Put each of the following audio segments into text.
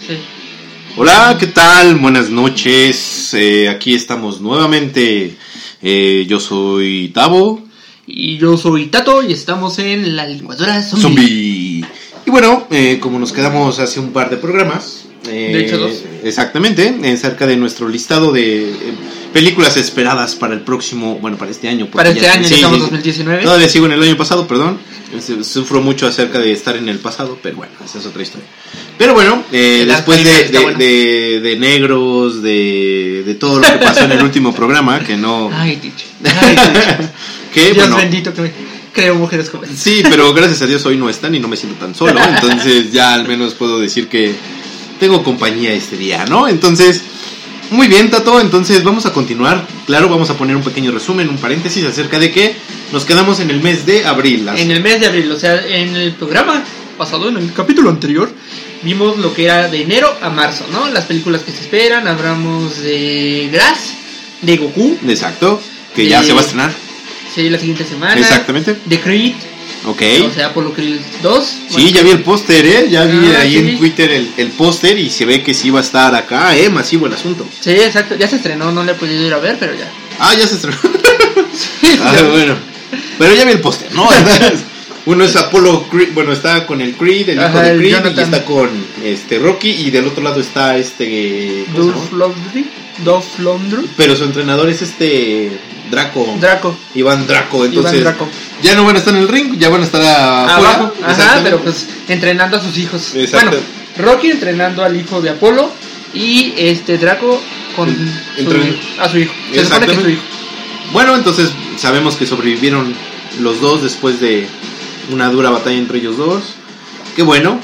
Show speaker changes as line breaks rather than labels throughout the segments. Sí.
Hola, ¿qué tal? Buenas noches. Eh, aquí estamos nuevamente. Eh, yo soy Tavo,
Y yo soy Tato y estamos en la licuadora zombie.
zombie. Y bueno, eh, como nos quedamos hace un par de programas. eh,
De hecho, dos.
Exactamente, en cerca de nuestro listado de eh, películas esperadas para el próximo, bueno, para este año. porque
Para este
ya-
año
sí,
estamos
sí, sí.
2019.
Todavía sigo en el año pasado, perdón. Este, Sufro mucho acerca de estar en el pasado, pero bueno, esa es otra historia. Pero bueno, eh,
El
después
Alzheimer
de,
está
de-
bueno.
de- de negros, de, de todo lo que pasó en el último programa, que no...
Ay, tiche. Ay, tiche.
que,
Dios
pues, bueno,
bendito que me creo mujeres como esas.
sí, pero gracias a Dios hoy no están y no me siento tan solo, entonces ya al menos puedo decir que tengo compañía este día, ¿no? Entonces... Muy bien, Tato, entonces vamos a continuar. Claro, vamos a poner un pequeño resumen, un paréntesis acerca de que nos quedamos en el mes de abril. las-
En el mes de abril, o sea, en el programa pasado, en el capítulo anterior, vimos lo que era de enero a marzo, ¿no? Las películas que se esperan, hablamos de Grass, de Goku,
Exacto, que ya
Eh,
se va a estrenar.
sería la siguiente semana.
Exactamente.
De Creed,
Ok.
o sea, Apollo Creed 2.
Sí, ya vi el póster, ¿eh? Ya vi
Ah,
ahí
sí.
en Twitter el, el póster y se ve que sí va a estar acá, ¿eh? Masivo el asunto.
Sí, exacto, ya se estrenó, no le he podido ir a ver, pero ya.
Ah, ya se estrenó. ah, bueno. Pero ya vi el póster, ¿no? Entonces, Uno es Apolo Creed, bueno, está con el Creed, el hijo
Ajá,
de
el
Creed, y
Jonathan.
está con este Rocky, y del otro lado está este. ¿cómo se
Dolph
llama?
Lundgren, Dolph Lundgren,
Pero su entrenador es este. Draco.
Draco,
Iván Draco, entonces.
Iván Draco.
Ya no van a estar en el ring, ya van a estar afuera.
Abajo, ajá,
Exactamente.
pero pues entrenando a sus hijos.
Exacto.
Bueno, Rocky entrenando al hijo de Apolo y este Draco con su-
Entren-
a su hijo. Se supone que es su
Exactamente.
hijo.
Bueno, entonces sabemos que sobrevivieron los dos después de una dura batalla entre ellos dos. Qué bueno.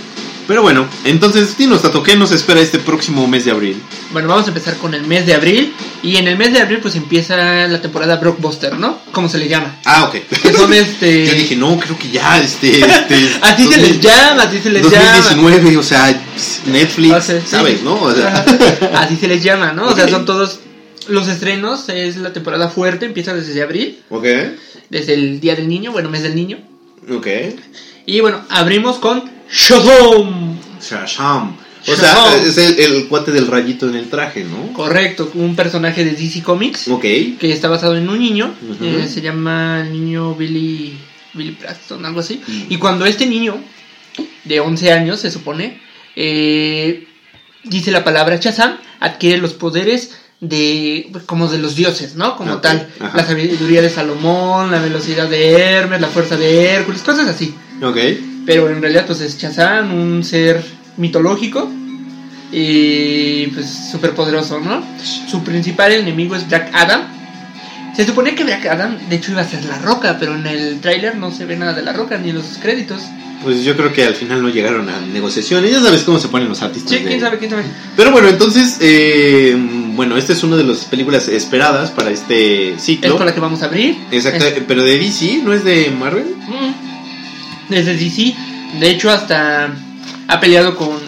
Pero bueno, entonces dinos, Tato, ¿qué nos espera este próximo mes de abril?
Bueno, vamos a empezar con el mes de abril y en el mes de abril pues empieza la temporada blockbuster, ¿no? Como se le llama.
Ah, ok.
Que son este
Yo dije, no, creo que ya, este... este
así se les
2000,
llama, así se les llama.
2019, o sea, Netflix,
O sea, sí.
¿sabes, no? O sea,
Ajá. Así se les llama, ¿no? O sea,
Ok.
son todos los estrenos, es la temporada fuerte, empieza desde abril,
ok,
desde el Día del Niño, bueno, mes del niño.
ok.
Y bueno, abrimos con Shazam.
Shazam. O sea,
Shazam.
es el, el cuate del rayito en el traje, ¿no?
Correcto, un personaje de DC Comics
Ok.
que está basado en un niño,
Ujú.
eh, se llama el niño Billy, Billy Preston, algo así.
Mm.
Y cuando este niño, de 11 años se supone, eh, dice la palabra Shazam, adquiere los poderes de pues, como de los dioses, ¿no? Como
Ok,
tal,
ajá.
la sabiduría de Salomón, la velocidad de Hermes, la fuerza de Hércules, cosas así.
Ok.
Pero en realidad pues es Shazam, un ser mitológico y pues súper poderoso, ¿no? Su principal enemigo es Black Adam. Se suponía que Black Adam de hecho iba a ser La Roca, pero en el tráiler no se ve nada de La Roca ni en los créditos.
Pues yo creo que al final no llegaron a negociaciones. Ya sabes cómo se ponen los artistas.
Sí,
de-
quién sabe, quién sabe.
Pero bueno, entonces, eh, bueno, esta es una de las películas esperadas para este
Es
ciclo.
con la que vamos a abrir.
Exacto,
Es-
pero de DC, ¿no es de Marvel?
Mm. Desde DC, de hecho hasta ha peleado con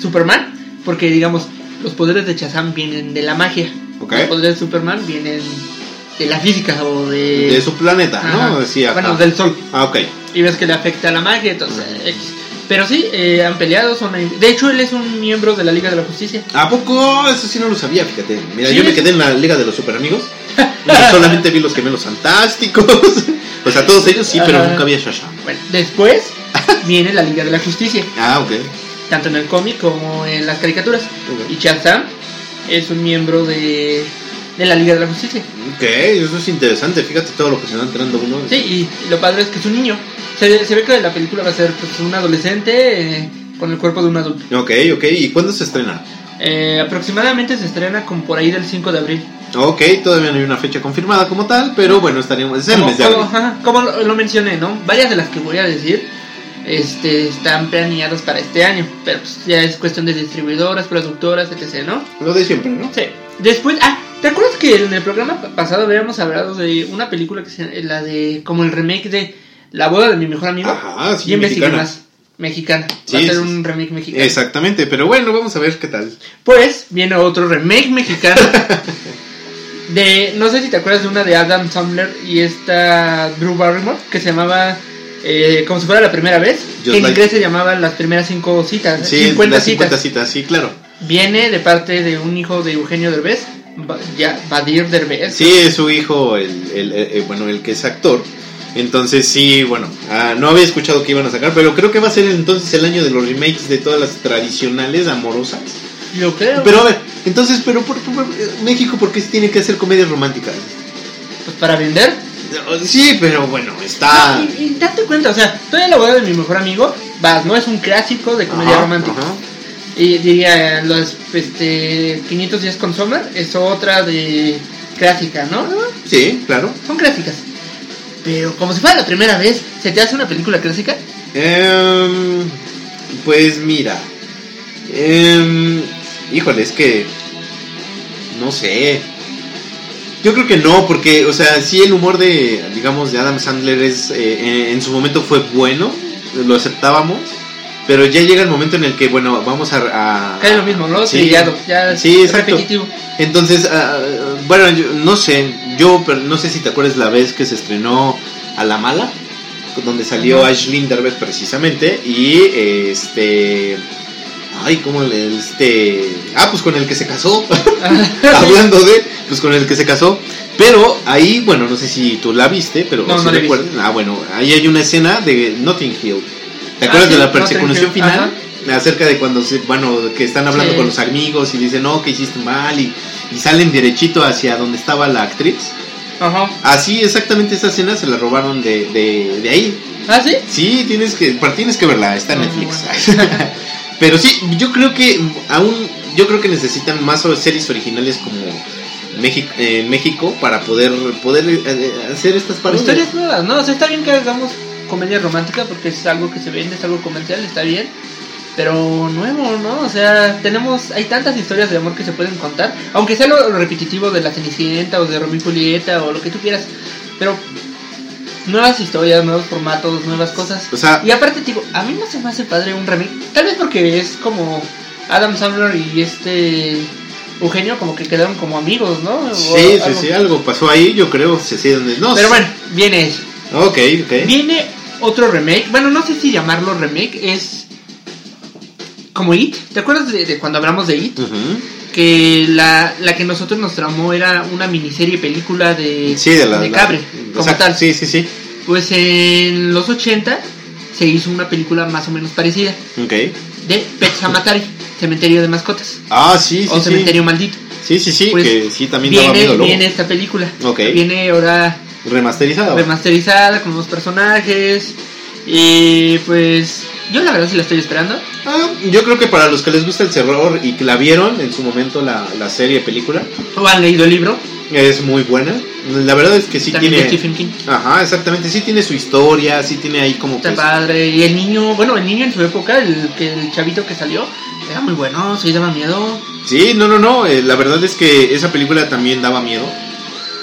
Superman, porque digamos, los poderes de Shazam vienen de la magia.
Ok.
Los poderes de Superman vienen de la física o de...
De su planeta, ¿no?
eh, Ajá.
Sí, acá.
Bueno, del sol.
Ah, ok.
Y ves que le afecta a la magia, entonces...
Ujú.
X. Pero sí, eh, han peleado, son... ahí- De hecho, él es un miembro de la Liga de la Justicia.
¿A poco? Eso sí no lo sabía, fíjate. Mira,
Sí.
yo me quedé en la Liga de los Super Amigos. y solamente vi los gemelos fantásticos. o sea, todos ellos sí, pero
Ajá.
nunca vi a Shazam.
Bueno, después viene la Liga de la Justicia,
Ah, ok.
tanto en el cómic como en las caricaturas.
Ok.
Y Shazam es un miembro de, de la Liga de la Justicia.
Ok, eso es interesante. Fíjate todo lo que se va enterando uno.
Sí, y, y lo padre es que es un niño. Se, se ve que la película va a ser pues, un adolescente eh, con el cuerpo de un adulto.
Ok, ok. ¿Y cuándo se estrena?
Eh, aproximadamente se estrena como por ahí del 5 de abril.
Ok, todavía no hay una fecha confirmada como tal, pero bueno, estaríamos. Es el
como,
mes de
como-
abril.
ajá, como lo, lo mencioné, ¿no? Varias de las que voy a decir este, están planeadas para este año, pero pues, ya es cuestión de distribuidoras, productoras, etc., ¿no?
Lo de siempre, ¿no?
Sí. Después, ah, ¿te acuerdas que en el programa pa- pasado habíamos hablado de una película que se la de como el remake de La boda de mi mejor amigo?
Ajá, sí,
Y investigué
mexicana.
más. Mexicana.
Sí,
Va a ser
sí,
un remake mexicano.
Exactamente, pero bueno, vamos a ver qué tal.
Pues viene otro remake mexicano. de, no sé si te acuerdas de una de Adam Sandler y esta Drew Barrymore que se llamaba eh, como si fuera la primera vez.
Just
que en
like-
inglés se llamaban las primeras cinco citas,
Sí,
50
las 50
citas.
citas, sí, claro.
Viene de parte de un hijo de Eugenio Derbez, Ba- ya, Badir Derbez.
Sí, es su hijo, el, el- el- eh, bueno, el que es actor. Entonces sí, bueno, ah, no había escuchado que iban a sacar, pero creo que va a ser entonces el año de los remakes de todas las tradicionales amorosas.
Yo creo,
Pero a ver, entonces, pero por, por- eh, México, ¿por qué se tiene que hacer comedias románticas?
pues para vender.
Sí, pero bueno, está...
No, y, y date cuenta, o sea, toda la boda de mi mejor amigo, vas, ¿no? Es un clásico de comedia
Ajá,
romántica.
ajá.
Y diría, los este, 510 con Summer es otra de clásica, ¿no?
Sí, claro.
Son clásicas. Pero como si fuera la primera vez, ¿se te hace una película clásica?
Em, pues mira. Em, híjole, es que. No sé. Yo creo que no, porque, o sea, sí el humor de, digamos, de Adam Sandler es, eh, en- en su momento fue bueno, lo aceptábamos, pero ya llega el momento en el que, bueno, vamos a... a-
Cae lo mismo, ¿no?
Sí.
Trillado, ya
Sí,
es
exacto.
repetitivo.
Entonces, ah, ah, bueno, yo no sé, yo pero no sé si te acuerdas la vez que se estrenó A la Mala, donde salió
Ajá.
Ashlyn Derbez precisamente, y eh, este... Ay, ¿cómo le... este... Ah, pues con el que se casó, hablando de... Pues con el que se casó, pero ahí, bueno, no sé si tú la viste, pero
No,
si
no la he
recuerdas- Ah, bueno, ahí hay una escena de Notting Hill. ¿Te
Ah,
acuerdas
sí,
de la
Notting
persecución
Hill,
final?
ajá.
acerca de cuando se, bueno que están hablando
Sí.
con los amigos y dicen no que hiciste mal y, y salen derechito hacia donde estaba la actriz
Ajá.
así exactamente esa escena se la robaron de, de, de ahí
¿Ah, sí?
sí tienes que pero tienes que verla está en
Ah,
Netflix pero sí yo creo que aún yo creo que necesitan más series originales como México en México para poder poder eh, hacer estas
Para
parodias
historias nuevas, ¿no? O sea, está bien que hagamos comedia romántica porque es algo que se vende, es algo comercial, está bien. Pero nuevo, ¿no? O sea, tenemos, hay tantas historias de amor que se pueden contar. Aunque sea lo, lo repetitivo de la Cenicienta o de Romeo y Julieta o lo que tú quieras. Pero nuevas historias, nuevos formatos, nuevas cosas.
o sea
Y aparte, te digo, a mí no se me hace padre un remake. Tal vez porque es como Adam Sandler y este Eugenio como que quedaron como amigos, ¿no? O
sí sí
algo.
sí algo pasó ahí yo creo sí sí donde no
Pero bueno, viene eso.
Ok, ok.
Viene otro remake. Bueno, no sé si llamarlo remake. Es como It. ¿Te acuerdas de, de cuando hablamos de It?
Ujú.
Que la, la que nosotros nos tramó era una miniserie película de,
Sí, de la. la-
Cabre. Como
exacto,
tal.
Sí, sí, sí.
Pues en los 80 se hizo una película más o menos parecida.
Ok.
De Pet Cemetery. Cementerio de mascotas.
Ah, sí, sí.
o
Sí,
Cementerio Maldito.
sí, sí, sí,
Pues,
que sí también daba miedo
Viene,
luego.
viene esta película.
Ok.
Viene ahora
Remasterizado.
remasterizada con nuevos personajes. Y pues yo la verdad sí la estoy esperando.
Ah, yo creo que para los que les gusta el terror y que la vieron en su momento la, la serie película,
o han leído el libro
es muy buena. La verdad es que sí
también de
tiene.
Stephen King
Ajá, exactamente. Sí tiene su historia, sí tiene ahí como.
está
pues,
padre y el niño bueno el niño en su época el que el chavito que salió era muy bueno sí daba miedo
Sí, no, no, no. eh, la verdad es que esa película también daba miedo.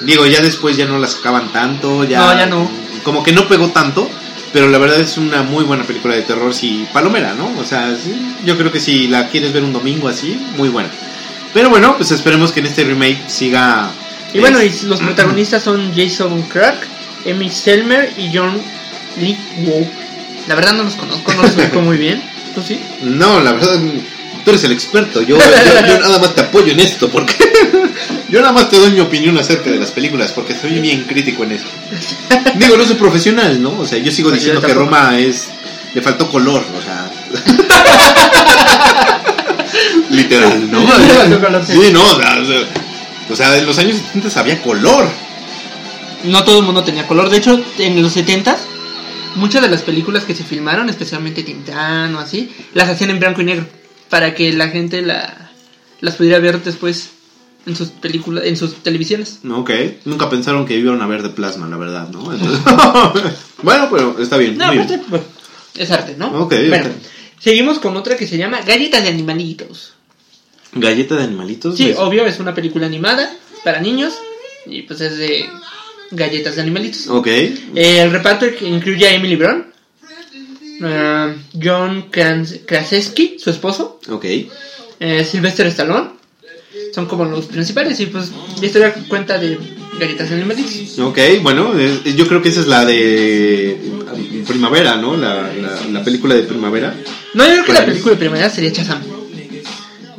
Digo, ya después ya no la sacaban tanto. Ya,
No, ya no.
Como que no pegó tanto. Pero la verdad es una muy buena película de terror, sí, palomera, ¿no? O sea, sí, yo creo que si la quieres ver un domingo así, muy buena. Pero bueno, pues esperemos que en este remake siga.
y bueno y
es-
los protagonistas son Jason Clark Emmy Selmer y John Lee Wow la verdad no los conozco no los conozco muy bien tú sí
No, la verdad, tú eres el experto. Yo, yo- yo nada más te apoyo en esto, porque. yo nada más te doy mi opinión acerca de las películas, porque soy bien crítico en esto. Digo, no soy profesional, ¿no? O sea, yo sigo
Pues yo
diciendo que
tampoco.
Roma es. Le faltó color, o sea. Literal, ¿no?
Le faltó color, sí.
Sí, no, o sea, o sea, o sea, en los años 70 había color.
no todo el mundo tenía color de hecho en los 70 muchas de las películas que se filmaron especialmente Tintán o así las hacían en blanco y negro para que la gente la, las pudiera ver después en sus películas en sus televisiones
Ok, nunca pensaron que iban a ver de plasma, la verdad, ¿no? Entonces- bueno, pero está bien.
No,
muy bien.
aparte, bueno, es arte, ¿no?
Ok,
Bueno,
ok.
seguimos con otra que se llama Galletas de Animalitos.
Galleta de animalitos.
Sí,
pues.
obvio, es una película animada para niños y pues es de galletas de animalitos.
Ok.
Eh, el reparto que incluye a Emily Brown, a John Kras- Krasinski, su esposo,
Ok.
eh, Sylvester Stallone. Son como los principales y pues la historia cuenta de galletas de animalitos.
Ok, bueno, eh, yo creo que esa es la de. Primavera, ¿no? La, la- la película de Primavera.
No, yo creo que
Para
la
mí.
película de primera sería Chazam.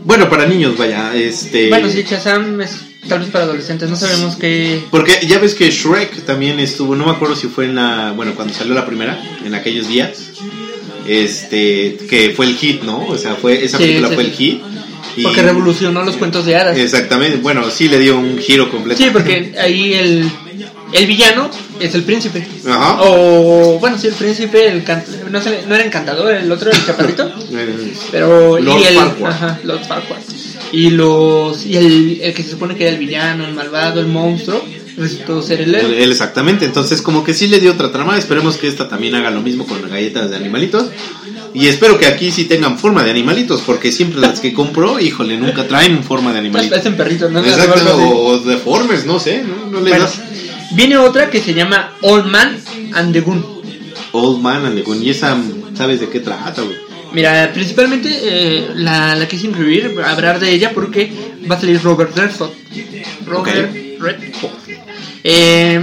Bueno, para niños, vaya, este...
Bueno, sí, Chazam es tal vez para adolescentes, no sabemos qué.
Porque ya ves que Shrek también estuvo, no me acuerdo si fue en la, bueno, cuando salió la primera, en aquellos días, este, que fue el hit, ¿no? O sea, fue, esa
Sí,
película
sí,
fue
sí.
el hit. y-
Porque revolucionó los cuentos de hadas.
Exactamente, bueno, sí le dio un giro completo.
Sí, porque ahí el, el villano es el príncipe.
Ajá.
Oh. O, bueno, sí, el príncipe, el can- no, se le- no era encantador, el otro, el chaparrito.
Eh,
Pero.
Lord
y el,
Farquaad.
Ajá, Lord Farquaad. Y, los, y el, el que se supone que era el villano, el malvado, el monstruo, resultó ser el héroe.
Él exactamente, entonces como que sí le dio otra trama, esperemos que esta también haga lo mismo con las galletas de animalitos y espero que aquí sí tengan forma de animalitos porque siempre las que compro, híjole, nunca traen forma de animalitos.
Parecen perritos, Pues, ¿no?
Exacto,
Algo así.
o deformes, no sé, no, no le
Bueno,
das
viene otra que se llama Old Man and the Gun.
Old Man and the Gun y esa sabes de qué trata, güey.
Mira, principalmente eh, la, la quise incluir, hablar de ella porque va a salir Robert Redford. Robert Redford. Eh,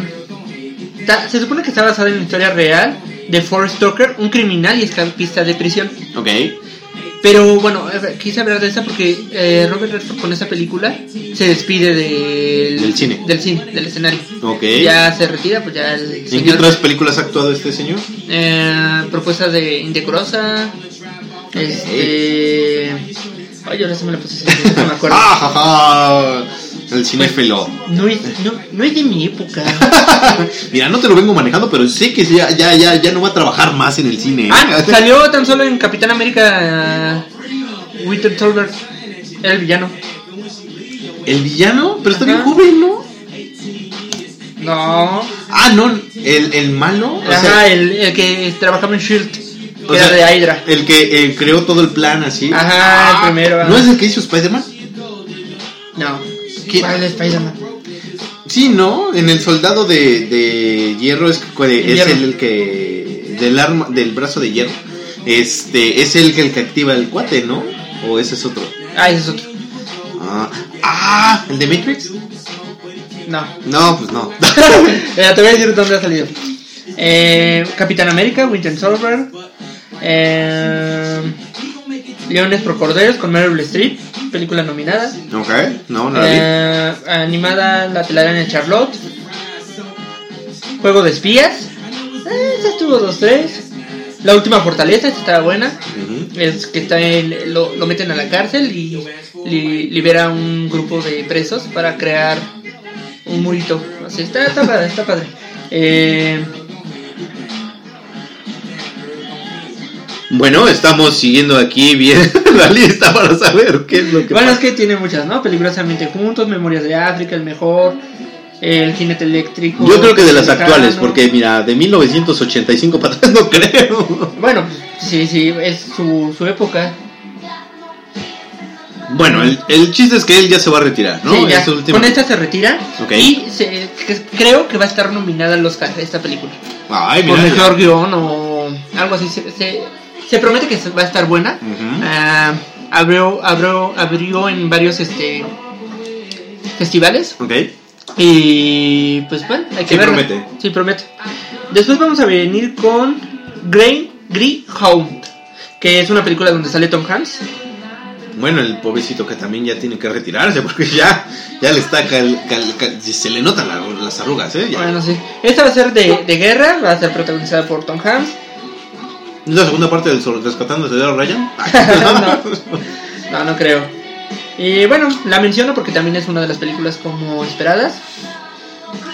ta- se supone que está basada en la historia real de Forrest Tucker, un criminal y escapista de prisión.
Ok.
Pero bueno, eh, quise hablar de esta porque eh, Robert Redford con esta película se despide del,
Del cine.
del cine, del escenario.
Ok.
Ya se retira, pues ya el
¿En qué
señor
otras películas ha actuado este señor?
Eh, propuesta de indecorosa. Este. Ay, ahora se me la puse. No me acuerdo.
Ah, ja, ja, el cinéfilo.
No es, no, no es de mi época.
Mira, no te lo vengo manejando, pero sé que ya, ya, ya, ya no va a trabajar más en el cine. ¿eh?
Ah, salió tan solo en Capitán América. eh, Winter Soldier. Era el villano.
El villano, pero está bien
Ajá.
joven, ¿no?
No.
Ah, no, el, el malo, o
Ajá,
sea,
el, el que trabajaba en Shield.
o
Que era
sea,
de Hydra.
el que eh, creó todo el plan así.
Ajá, el
Ah,
primero,
¿No
ah.
es el que hizo Spider-Man?
No.
¿Qué?
¿Cuál Ah, es Spider-Man?
Sí, ¿no? En el soldado de, de hierro es, cu- es
hierro.
el, el que. Del arma, del brazo de hierro. Este, es el que, el que activa el cuate, ¿no? O ese es otro.
Ah, ese es otro.
Ah, ah, ¿el de Matrix?
No.
No, pues no.
Mira, te voy a decir dónde ha salido. Eh, Capitán América, Winter Soldier. Eh, Leones por Corderos con Meryl Streep, película nominada.
ok, no, no la vi.
Eh, animada La telaraña de Charlotte. Juego de espías. Eh, esa estuvo 2-3. La última fortaleza, esta estaba buena.
Ujú.
Es que está en- lo, lo meten a la cárcel y li- libera un grupo de presos para crear un murito. Así está, está padre, está padre. Eh,
Bueno, estamos siguiendo aquí bien la lista para saber qué es lo que
bueno, es
pasa.
que tiene muchas, ¿no? Películas Ambiente Juntos, Memorias de África, El Mejor, El Jinete Eléctrico.
Yo creo que de las
Mexicano.
actuales, porque mira, de 1985 para atrás no creo.
Bueno, pues, sí, sí, es su, su época.
Bueno, el, el chiste es que él ya se va a retirar, ¿no?
Sí, ya.
Es su última-
Con esta se retira
Ok.
y se- que- creo que va a estar nominada al Oscar esta película.
Ay,
por
mira.
mejor guión o algo así. Se, se- se promete que se- va a estar buena.
Ujú.
Ah, abrió, abrió, abrió en varios este festivales.
Ok.
Y pues bueno, hay que
Sí
verla.
promete.
Sí, promete. Después vamos a venir con Grey Greyhound, que es una película donde sale Tom Hanks.
Bueno, el pobrecito que también ya tiene que retirarse porque ya, ya le está cal- cal- cal- se le notan la- las arrugas, ¿eh? Ya.
Bueno, sí. Esta va a ser de, de guerra, va a ser protagonizada por Tom Hanks.
¿Es la segunda parte del sol- rescatando a Soldado Ryan?
No. No, no creo. Y bueno, la menciono porque también es una de las películas como esperadas.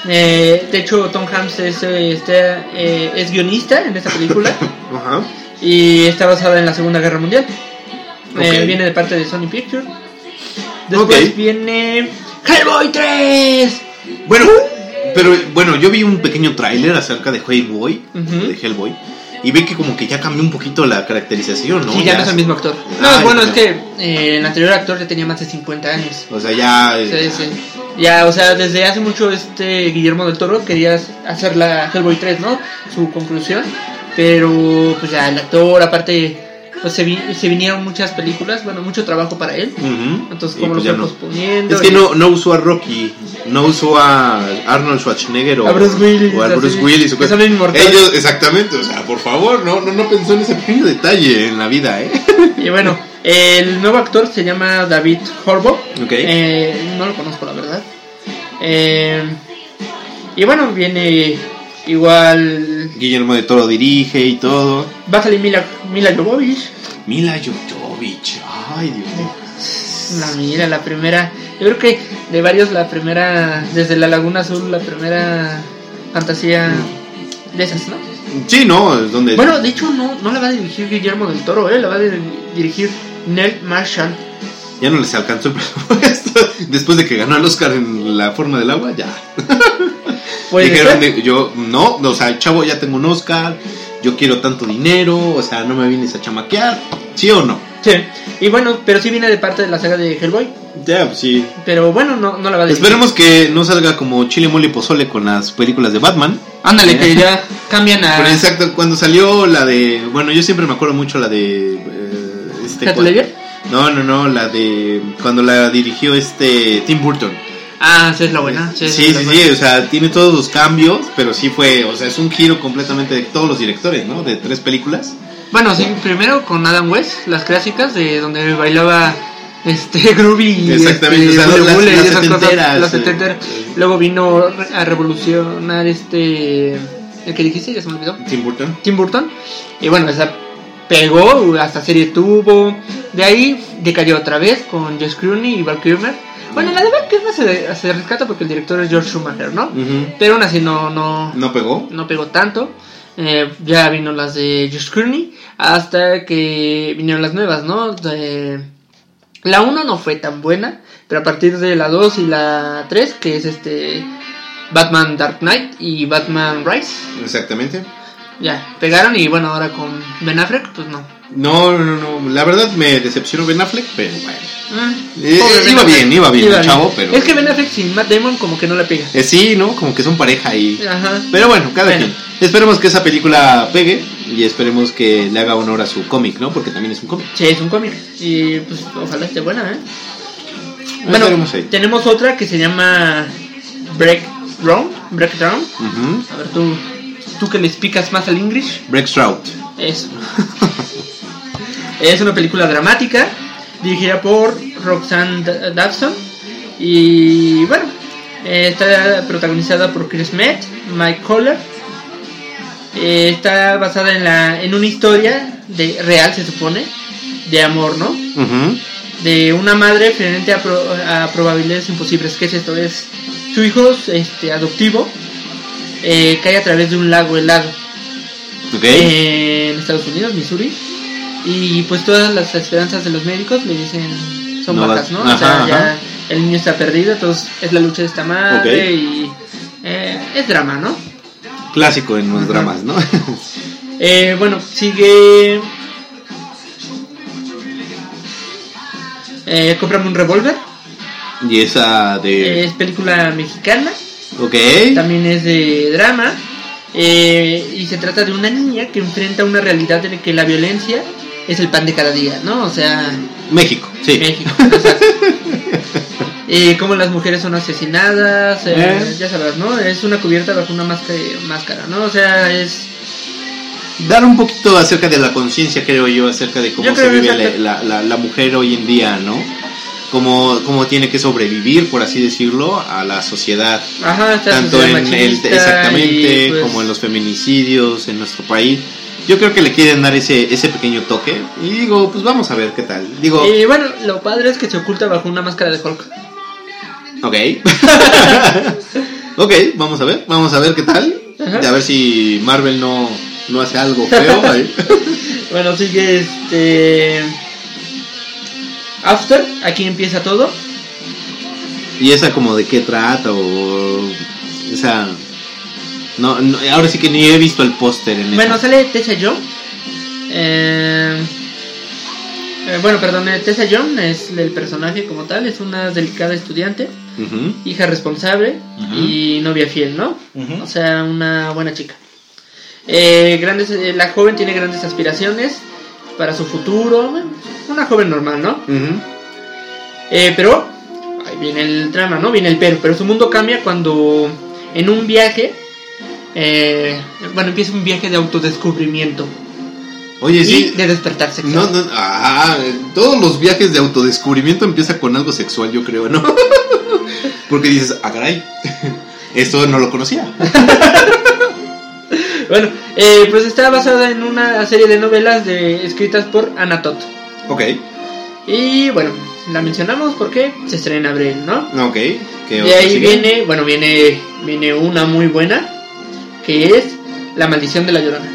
Eh, de hecho, Tom Hanks es, eh, está, eh, es guionista en esta película
Ajá.
y está basada en la Segunda Guerra Mundial. Eh,
Ok.
viene de parte de Sony Pictures. Después
Ok.
viene Hellboy 3.
Bueno, pero bueno, yo vi un pequeño tráiler acerca de Hellboy,
Ujú.
de Hellboy, y vi que como que ya cambió un poquito la caracterización, ¿no?
sí, ya no es el mismo actor. No,
Ay,
bueno,
no.
es que eh, el anterior actor ya tenía más de 50 años.
O sea, ya eh,
Sí, sí. Ya, o sea, desde hace mucho este Guillermo del Toro quería hacer la Hellboy 3, ¿no? Su conclusión. Pero, pues ya, el actor, aparte, pues se, vi- se vinieron muchas películas, bueno, mucho trabajo para él.
Ujú.
Entonces,
Y
como
pues
lo fue
ya no.
posponiendo.
Es que
y-
no, no usó a Rocky, no usó a Arnold Schwarzenegger o
A Bruce Willis,
o a
así,
Bruce Willis o
que
cosas-
son inmortales.
Ellos, exactamente, o sea, por favor, no, no, no pensó en ese pequeño detalle en la vida, ¿eh?
Y bueno, el nuevo actor se llama David Horbo.
Ok.
Eh, no lo conozco, la verdad. Eh, y bueno, viene igual.
Guillermo de Toro dirige y todo.
Va a salir Mila, Mila Jovovich.
Mila Jovovich, ay Dios mío.
La Mila, la primera. Yo creo que de varios, la primera. Desde La Laguna Azul, la primera fantasía de esas, ¿no?
Sí, no, es donde.
Bueno, de hecho, no, no la va a dirigir Guillermo del Toro, ¿eh? La va a dir- dirigir Neil Marshall.
ya no les alcanzó el presupuesto. Después de que ganó el Oscar en La forma del agua, ya.
Puede
Dijeron,
ser.
de- yo, no, o sea, chavo, ya tengo un Oscar, yo quiero tanto dinero, o sea, no me vienes a chamaquear, ¿sí o no?
Sí. Y bueno, pero sí viene de parte de la saga de Hellboy.
Ya, pues sí.
Pero bueno, no, no la va a decir.
Esperemos que no salga como Chile Mole y Pozole con las películas de Batman.
Ándale, que ya cambian a.
Pero exacto, cuando salió la de. Bueno, yo siempre me acuerdo mucho la de. eh, este,
¿Heath
cual-
Ledger?
No, no, no, la de. Cuando la dirigió este. Tim Burton.
Ah, sí, es la buena.
Sí,
Sí,
sí,
es la
sí,
buena.
o sea, tiene todos los cambios, pero sí fue. O sea, es un giro completamente de todos los directores, ¿no? De tres películas.
Bueno, sí, primero con Adam West, las clásicas de donde bailaba este Groovy.
Exactamente,
este,
o sea,
Bule
las-
Bule y
las
esas cosas,
setenteras,
las
eh,
setenteras.
eh.
Luego vino re- a revolucionar este. El que dijiste, ya se me olvidó.
Tim Burton.
Tim Burton. Y bueno, esa pegó, hasta serie tuvo. De ahí decayó otra vez con Josh Clooney y Val Kilmer. Bueno, la de Val Kilmer se, se rescata porque el director es George Schumacher, ¿no?
Mm.
Pero aún así no, no,
No pegó.
no pegó tanto. Eh, ya vino las de Josh Clooney. Hasta que vinieron las nuevas, ¿no? De- la 1 no fue tan buena. Pero a partir de la 2 y la 3, que es este Batman Dark Knight y Batman Rise,
Exactamente.
ya pegaron. Y bueno, ahora con Ben Affleck, pues no.
No, no, no. La verdad me decepcionó Ben Affleck, pero bueno.
Mm,
Eh,
pobre
eh,
Ben
iba
Affleck.
bien, iba bien el chavo, pero-
Es que Ben Affleck sin Matt Damon como que no la pega.
Eh, sí, ¿no? Como que son pareja ahí.
Ajá.
Pero bueno, cada
Bueno.
quien. Esperemos que esa película pegue y esperemos que le haga honor a su cómic, ¿no? Porque también es un cómic.
Sí, es un cómic. Y pues ojalá esté buena, ¿eh? Bueno,
Estaremos ahí.
tenemos otra que se llama Breakdown. Breakdown.
Ujú.
A ver, tú, tú que le explicas más al English.
Break Stroud.
Eso. es una película dramática dirigida por Roxanne D- Dawson. Y bueno, eh, está protagonizada por Chris Met, Mike Collar. Eh, está basada en, la, en una historia de, real, se supone, de amor, ¿no?
Ujú.
de una madre frente a, pro- a probabilidades imposibles. ¿Qué es esto? Es su hijo este, adoptivo eh, cae a través de un lago helado
Ok.
eh, en Estados Unidos, Missouri. Y pues todas las esperanzas de los médicos le dicen son
No
bajas,
va-
¿no? o sea,
ajá,
ya
ajá.
el niño está perdido, entonces es la lucha de esta madre
Ok.
y eh, es drama, ¿no?
Clásico en los
Ujú.
dramas, ¿no?
Eh, bueno, sigue. Eh, cómprame un revólver.
y esa de.
Es película mexicana,
Ok.
también es de drama, eh, y se trata de una niña que enfrenta una realidad en la que la violencia es el pan de cada día, ¿no? O sea,
México, sí.
México. o sea, eh, cómo las mujeres son asesinadas, eh,
Eh.
ya sabrás, ¿no? Es una cubierta bajo una máscara, máscara ¿no? O sea, es...
Dar un poquito acerca de la conciencia, creo yo, acerca de cómo
Yo
se
creo que
vive la,
exacto.
la- la- la mujer hoy en día, ¿no? Cómo, cómo tiene que sobrevivir, por así decirlo, a la sociedad.
Ajá, está
tanto
sociedad
en el este,
machista
exactamente
y, pues,
como en los feminicidios en nuestro país yo creo que le quieren dar ese ese pequeño toque y digo pues vamos a ver qué tal digo
Y bueno, lo padre es que se oculta bajo una máscara de Hulk.
ok ok vamos a ver vamos a ver qué tal
Ajá.
a ver si Marvel no no hace algo feo ahí.
Bueno, sigue este. After, aquí empieza todo.
y esa como de qué trata o esa no, no, ahora sí que ni he visto el póster en
Bueno,
esa.
sale Tessa Young. Eh, eh, bueno, perdón, eh, Tessa Young es el personaje como tal, es una delicada estudiante,
Ujú.
hija responsable
Ujú.
y novia fiel, ¿no? O sea, una buena chica. Eh, grandes, eh, la joven tiene grandes aspiraciones para su futuro. bueno, Una joven normal, ¿no?
Ujú.
Eh, pero, ahí viene el drama, ¿no? Viene el pero. Pero su mundo cambia cuando en un viaje, eh, bueno, empieza un viaje de autodescubrimiento
Oye,
y
sí.
de despertar sexual.
No, no, ah, todos los viajes de autodescubrimiento empieza con algo sexual, yo creo, ¿no? Porque dices, ah, caray, esto no lo conocía.
Bueno, eh, pues está basada en una serie de novelas de, escritas por Anatot.
Ok,
Y bueno, la mencionamos porque se estrena en abril, ¿no?
ok. ¿qué
De
otra
ahí
sigue?
viene, bueno, viene, viene una muy buena, que es La maldición de la llorona.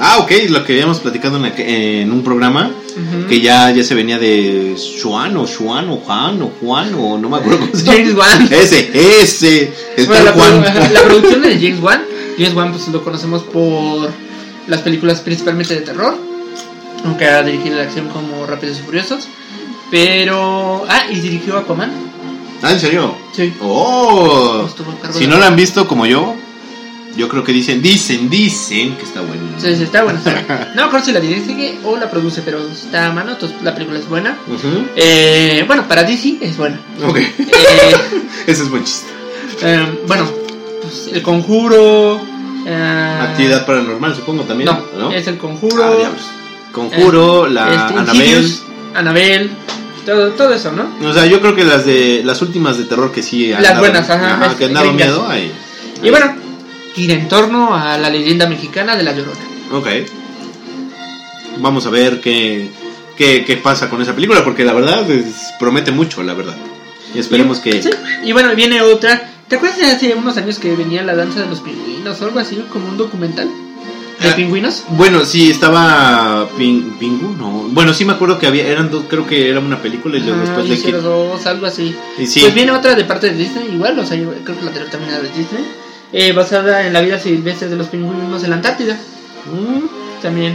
Ah, ok, lo que habíamos platicado en, la que- en un programa
Ujú.
que ya, ya se venía de Juan o Juan o Juan o Juan o no me acuerdo cómo se llama.
James Wan.
Ese, ese, el
Bueno, la,
tal Juan.
produ- la producción de James Wan. James Wan pues lo conocemos por las películas principalmente de terror, aunque ha dirigido la acción como Rápidos y Furiosos. Pero... Ah, y dirigió Aquaman.
Ah, ¿en serio?
Sí.
Oh,
Estuvo a Pues, cargo
si
de-
no la han visto como yo, yo creo que dicen, dicen, dicen que está bueno.
Sí, sí, está buena. está. No me acuerdo si la dirige o la produce, pero está a mano, entonces la película es buena.
Ujú,
Eh, bueno, para DC es buena.
Ok,
Eh,
ese es buen chiste.
eh, bueno, pues, el conjuro... eh,
Actividad paranormal, supongo también.
No, es el conjuro.
Ah, diablos. Conjuro, la
este,
Anabel.
Insidious, Anabel, todo, todo eso, ¿no?
O sea, yo creo que las de las últimas de terror que sí han
Las
dado-
buenas, ajá, es-
que han dado
gringas.
miedo. Ahí.
Y bueno, gira en torno a la leyenda mexicana de la Llorona.
Ok. Vamos a ver qué, qué, qué pasa con esa película, porque la verdad es- promete mucho, la verdad. Y esperemos
Y-
que...
sí, y bueno, viene otra. ¿Te acuerdas de hace unos años que venía la danza de los pingüinos o algo así, como un documental de
Ah.
pingüinos?
Bueno, sí, estaba Pin- Pingu, no. Bueno, sí me acuerdo que había, eran dos, creo que era una película y luego
Ah,
después
yo
le
sé, los
quitaron.
dos, algo así.
Y sí,
Pues viene otra de parte de Disney, igual, o sea, yo creo que la anterior también era de Disney. eh, basada en la vida silvestre de los pingüinos en la Antártida. También.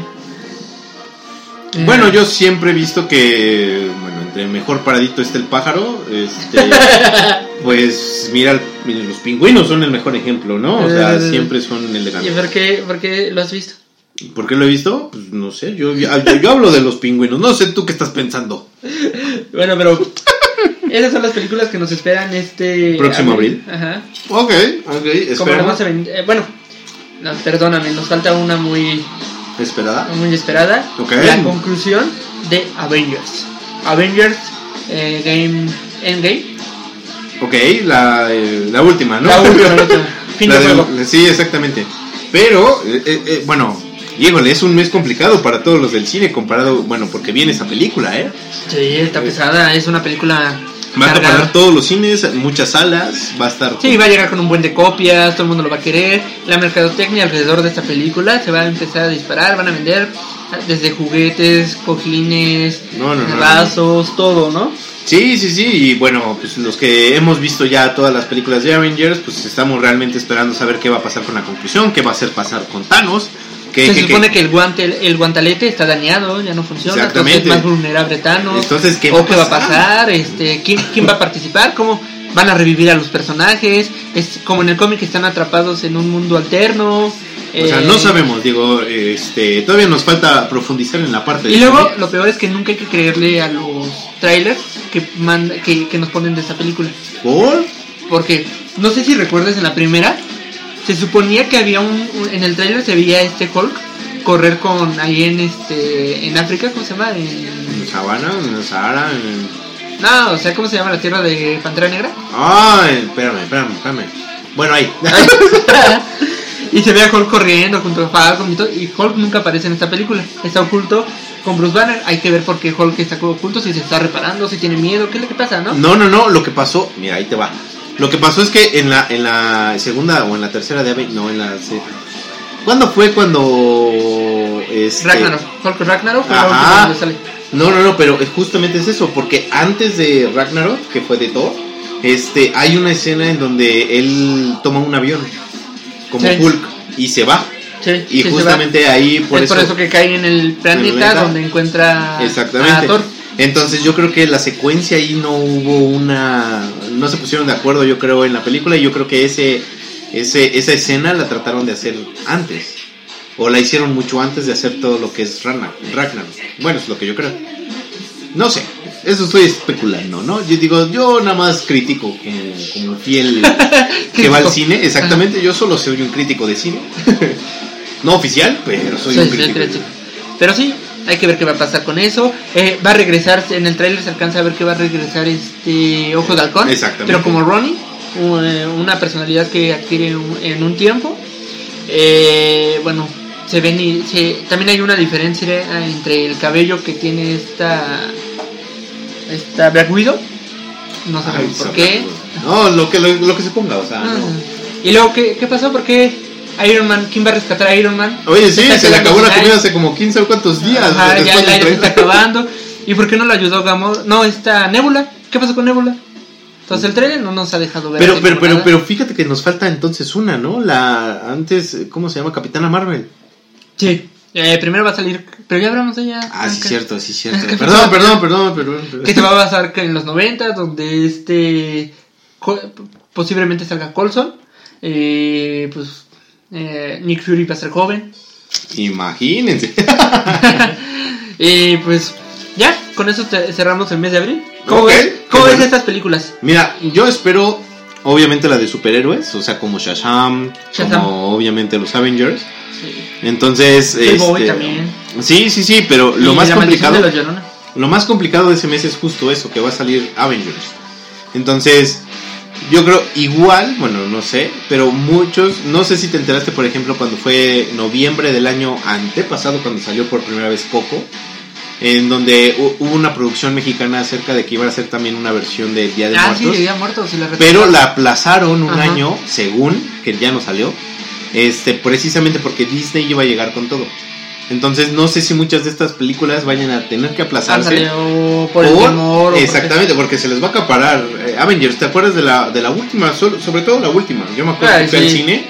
Eh,
Mm. Bueno, yo siempre he visto que, bueno, entre mejor paradito está el pájaro, este, pues mira, el- mira, los pingüinos son el mejor ejemplo, ¿no? O sea,
Eh,
siempre son
¿Y
elegantes.
por qué, por qué lo has visto?
¿Por qué lo he visto? Pues no sé, yo, yo, yo hablo de los pingüinos, no sé tú qué estás pensando.
Bueno, pero esas son las películas que nos esperan este
Próximo
Ajá.
Ok, ok,
Como la más
esperemos.
aven- eh, bueno, no, perdóname, nos falta una muy
Esperada.
muy esperada.
Ok.
La conclusión de Avengers. Avengers eh, Game Endgame.
Ok, la, eh, la última, ¿no?
La última, la última. Fin
La
de
de-
juego.
Sí, exactamente. Pero, eh, eh, eh, bueno, híjole, es un mes complicado para todos los del cine comparado, bueno, porque viene esa película, ¿eh?
Sí, está pesada, es una película
Va a
cargada.
preparar todos los cines, muchas salas, va a estar...
Sí, va a llegar con un buen de copias, todo el mundo lo va a querer. La mercadotecnia alrededor de esta película se va a empezar a disparar, van a vender desde juguetes, cojines,
No, no, no, no.
vasos, todo, ¿no?
Sí, sí, sí, y bueno, pues los que hemos visto ya todas las películas de Avengers, pues estamos realmente esperando saber qué va a pasar con la conclusión, qué va a hacer pasar con Thanos, que...
se supone que el guante, el, el guantalete está dañado, ya no funciona, entonces es
Exactamente.
más vulnerable Thanos.
Entonces, ¿qué
¿O qué va a pasar? Este, ¿quién, ¿Quién va a participar? ¿Cómo van a revivir a los personajes? Es como en el cómic están atrapados en un mundo alterno.
O sea,
eh,
no sabemos, digo, este, todavía nos falta profundizar en la parte
Y
de-
luego lo peor es que nunca hay que creerle a los trailers que, manda, que, que nos ponen de esta película.
¿Por?
Porque no sé si recuerdas en la primera, se suponía que había un, un- en el trailer se veía este Hulk correr con ahí en este en África, ¿cómo se llama? En-
¿En Sabana? ¿En Sahara? ¿En-
no, o sea, ¿cómo se llama la tierra de Pantera Negra?
Ay, espérame, espérame, espérame. Bueno, ahí.
¿Ah? y se ve a Hulk corriendo junto a Falcon y todo, y Hulk nunca aparece en esta película, está oculto con Bruce Banner, hay que ver por qué Hulk está oculto, si se está reparando, si tiene miedo, qué es lo que pasa, ¿no?
No, no, no, lo que pasó, mira, ahí te va. Lo que pasó es que en la, en la segunda o en la tercera de Avengers, no, en la... se- ¿Cuándo fue cuando... Este,
Ragnarok, Hulk Ragnarok fue la
Ajá.
última donde sale.
No, no, no, pero justamente es eso, porque antes de Ragnarok, que fue de Thor, este, hay una escena en donde él toma un avión, como
Sí.
Hulk, y se va.
Sí,
Y
sí, se va.
justamente ahí, por
es
eso...
por eso que cae en el planeta,
planeta.
donde encuentra
Exactamente.
a Ah, Thor.
Entonces yo creo que la secuencia ahí no hubo una... No se pusieron de acuerdo yo creo en la película y yo creo que ese, ese esa escena la trataron de hacer antes. O la hicieron mucho antes de hacer todo lo que es Rana- Ragnar. Bueno, es lo que yo creo. No sé, eso estoy especulando, ¿no? Yo digo, yo nada más critico como, como fiel que va al cine, exactamente. Yo solo soy un crítico de cine. No oficial, pero soy,
Soy
un
fiel
crítico.
crítico. Pero sí, hay que ver qué va a pasar con eso. Eh, va a regresar, en el tráiler se alcanza a ver que va a regresar este Ojo de Halcón.
Exactamente.
Pero como Ronnie, u- eh, una personalidad que adquiere un- en un tiempo. Eh, bueno, se ven y se- también hay una diferencia entre el cabello que tiene esta esta Black Widow. No
Ay,
sabemos por
sabrá,
qué.
güey. No, lo que, lo, lo que se ponga, o sea.
Ah,
no.
Y luego, ¿qué, qué pasó? ¿Por qué Iron Man? ¿Quién va a rescatar a Iron Man?
Oye, sí,
Está
se le
quedando
acabó la
sin
comida
aire.
hace como 15 o cuántos días.
Ajá, ya
después
el aire
de
se
entrevista.
está acabando. ¿Y por qué no lo ayudó Gamora? No, está Nebula. ¿Qué pasó con Nebula? Entonces el trailer no nos ha dejado ver.
Pero,
así
pero,
como
pero,
nada.
pero fíjate que nos falta entonces una, ¿no? La antes, ¿cómo se llama? Capitana Marvel.
Sí. Eh, primero va a salir. Pero ya hablamos de ella.
Ah, sí,
Franca.
cierto, sí, cierto.
¿Qué te
Perdón,
pasa?
perdón, perdón, perdón. perdón.
Que te va a pasar que en los 90 donde este. co- posiblemente salga Colson. Eh, pues. eh, Nick Fury va a ser joven.
Imagínense.
Eh, pues. Ya, con eso te- cerramos el mes de abril. ¿Cómo
Ok,
ves? ¿Cómo
qué
ves
bueno.
estas películas?
Mira, yo espero, obviamente, la de superhéroes, o sea, como Shazam,
Shazam.
como obviamente los Avengers.
Sí.
Entonces,
Boy
este,
también.
Sí, sí, sí, pero lo
Y
más
la maldición
complicado.
de los Llorones.
Lo más complicado de ese mes es justo eso, que va a salir Avengers. Entonces, yo creo igual, bueno, no sé, pero muchos, no sé si te enteraste, por ejemplo, cuando fue noviembre del año antepasado, cuando salió por primera vez Coco, en donde hu- hubo una producción mexicana acerca de que iba a ser también una versión de Día de
ah, sí,
Muertos.
de Día de Muertos, sí, la
Pero
recuerdo.
la aplazaron un
Ajá.
año, según, que ya no salió, este, precisamente porque Disney iba a llegar con todo. Entonces no sé si muchas de estas películas vayan a tener que
Ah,
aplazarse.
salió por el
por-
temor. o por-
exactamente, porque se les va a acaparar. eh, Avengers, ¿te acuerdas de la, de la última? Sol- sobre todo la última. Yo me acuerdo
Ah,
que fui al
sí.
cine.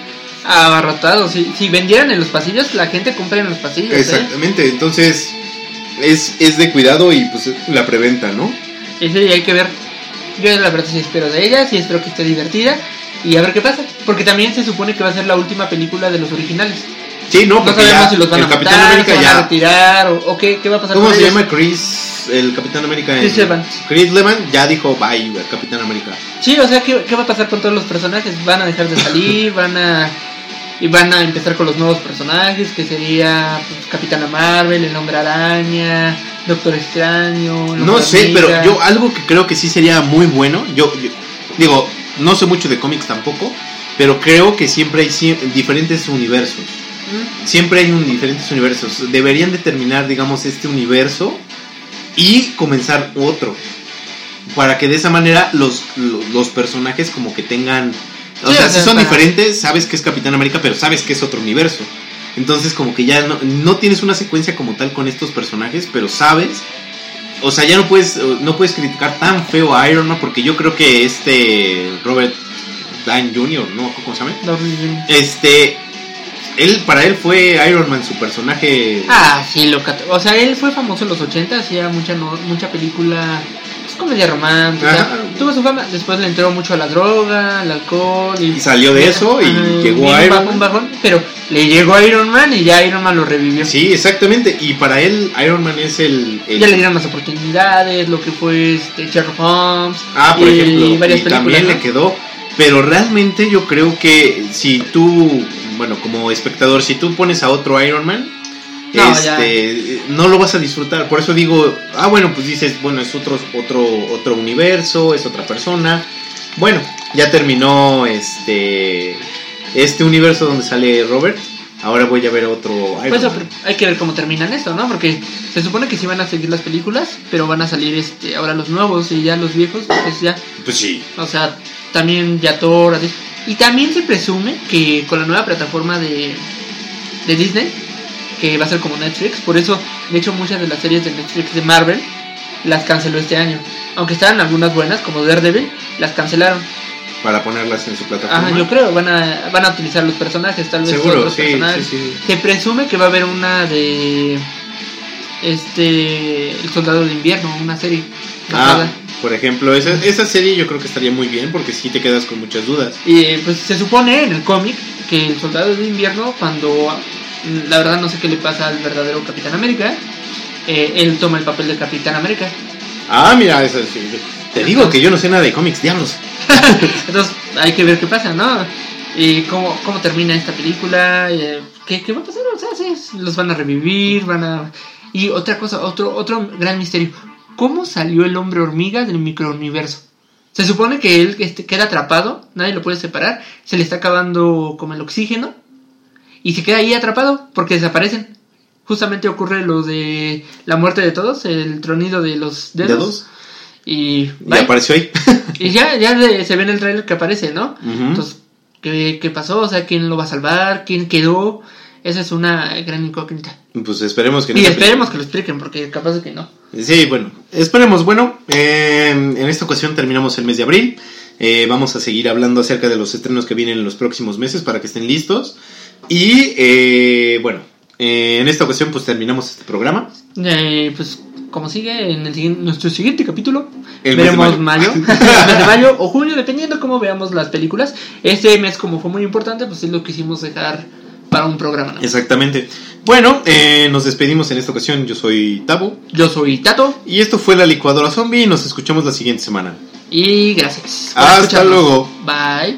Abarrotado. Si, si vendieran en los pasillos, la gente compra en los pasillos. ¿eh?
Exactamente, entonces es, es de cuidado y pues la preventa, ¿no?
Y sí, hay que ver. Yo la verdad sí espero de ella, sí espero que esté divertida. Y a ver qué pasa. Porque también se supone que va a ser la última película de los originales.
Sí, no,
No,
porque
sabemos
ya
si los van a
el Capitán
matar,
América
se van a
ya.
retirar o, o qué, qué va a pasar
¿Cómo
con
se
ellos.
llama Chris, el Capitán América? en-
Chris Evans.
Chris Levant ya dijo bye, Capitán América.
Sí, o sea, ¿qué, qué va a pasar con todos los personajes? Van a dejar de salir, van a... Y van a empezar con los nuevos personajes, que sería pues, Capitana Marvel, el Hombre Araña, Doctor Extraño... el
No
Hombre
sé, pero
Hormiga.
yo algo que creo que sí sería muy bueno, yo, yo- digo, no sé mucho de cómics tampoco, pero creo que siempre hay sie- diferentes universos.
Mm,
Siempre hay un, diferentes universos. Deberían determinar, digamos, este universo y comenzar otro. Para que de esa manera los, los, los personajes como que tengan... O
Sí,
sea,
o
si
sea,
son
para-
diferentes, sabes que es Capitán América, pero sabes que es otro universo. Entonces como que ya no, no tienes una secuencia como tal con estos personajes, pero sabes... O sea, ya no puedes, no puedes criticar tan feo a Iron Man porque yo creo que este Robert Dan Jr., no, ¿cómo se llama?
Doble Jimmy.
Este. Él, para él fue Iron Man su personaje.
Ah, sí, lo cat- O sea, él fue famoso en los 80, hacía mucha, no- mucha película... Es comedia romántica.
Ajá.
Tuvo su fama, después le entró mucho a la droga, al alcohol...
y salió de eso y
Ajá,
llegó
vino
a Iron
bajo un
Man.
bajón, pero le llegó a Iron Man y ya Iron Man lo revivió.
Sí, exactamente. Y para él, Iron Man es el. el-
Ya le dieron las oportunidades, lo que fue este, Sherlock Holmes.
ah, por
y
ejemplo. Y
varias películas,
también
¿no?
le quedó. Pero realmente yo creo que si tú, bueno, como espectador, si tú pones a otro Iron Man,
No,
este, no lo vas a disfrutar. Por eso digo, ah, bueno, pues dices, bueno, es otro, otro, otro universo, es otra persona. Bueno, ya terminó este, este universo donde sale Robert. Ahora voy a ver otro Iron
Pues eso,
Man.
pero hay que ver cómo terminan esto, ¿no? Porque se supone que sí van a seguir las películas, pero van a salir este ahora los nuevos y ya los viejos, pues ya.
Pues sí.
O sea, también ya Thor, así. Y también se presume que con la nueva plataforma de, de Disney, que va a ser como Netflix, por eso, de hecho, muchas de las series de Netflix de Marvel las canceló este año. Aunque estaban algunas buenas, como Daredevil, las cancelaron.
Para ponerlas en su plataforma.
Ajá, yo creo, van a, van a utilizar los personajes, tal vez
Seguro,
otros
sí, sí,
personajes.
sí.
Se presume que va a haber una de este El Soldado de Invierno, una serie.
Ah,
basada.
por ejemplo, esa, esa serie yo creo que estaría muy bien porque sí te
eh,
quedas con muchas dudas.
Y pues se supone en el cómic que el Soldado de Invierno cuando La verdad no sé qué le pasa al verdadero Capitán América. Eh, él toma el papel de Capitán América.
Ah, mira, eso sí. Te digo que yo no sé nada de cómics, diablos.
Entonces hay que ver qué pasa, ¿no? Y cómo, cómo termina esta película, eh, ¿qué, qué va a pasar, o sea, sí, los van a revivir, van a... Y otra cosa, otro, otro gran misterio, ¿cómo salió el hombre hormiga del microuniverso? Se supone que él este, queda atrapado, nadie lo puede separar, se le está acabando como el oxígeno y se queda ahí atrapado porque desaparecen. Justamente ocurre lo de la muerte de todos, el tronido de los dedos.
¿Dedos?
Y,
Y
bye.
apareció ahí.
Y ya, ya de- se ve en el trailer que aparece, ¿no?
Ujú.
Entonces, ¿qué, qué pasó? O sea, ¿quién lo va a salvar? ¿Quién quedó? Esa es una gran incógnita.
Pues esperemos que no
Y
se-
esperemos que lo expliquen, porque capaz de que no.
Sí, bueno, esperemos. Bueno, eh, en esta ocasión terminamos el mes de abril. Eh, vamos a seguir hablando acerca de los estrenos que vienen en los próximos meses para que estén listos. Y eh, bueno, eh, en esta ocasión pues terminamos este programa.
Eh, pues, como sigue, en el siguiente- nuestro siguiente capítulo
El mes de
veremos
mayo.
mayo, el mes de mayo o junio, dependiendo cómo veamos las películas. Este mes, como fue muy importante, pues es lo que quisimos dejar para un programa. ¿no?
Exactamente. Bueno, eh, nos despedimos en esta ocasión. Yo soy Tabo.
Yo soy Tato
Y esto fue la licuadora zombie y nos escuchamos la siguiente semana.
y gracias. por
Hasta
escucharnos.
luego.
Bye.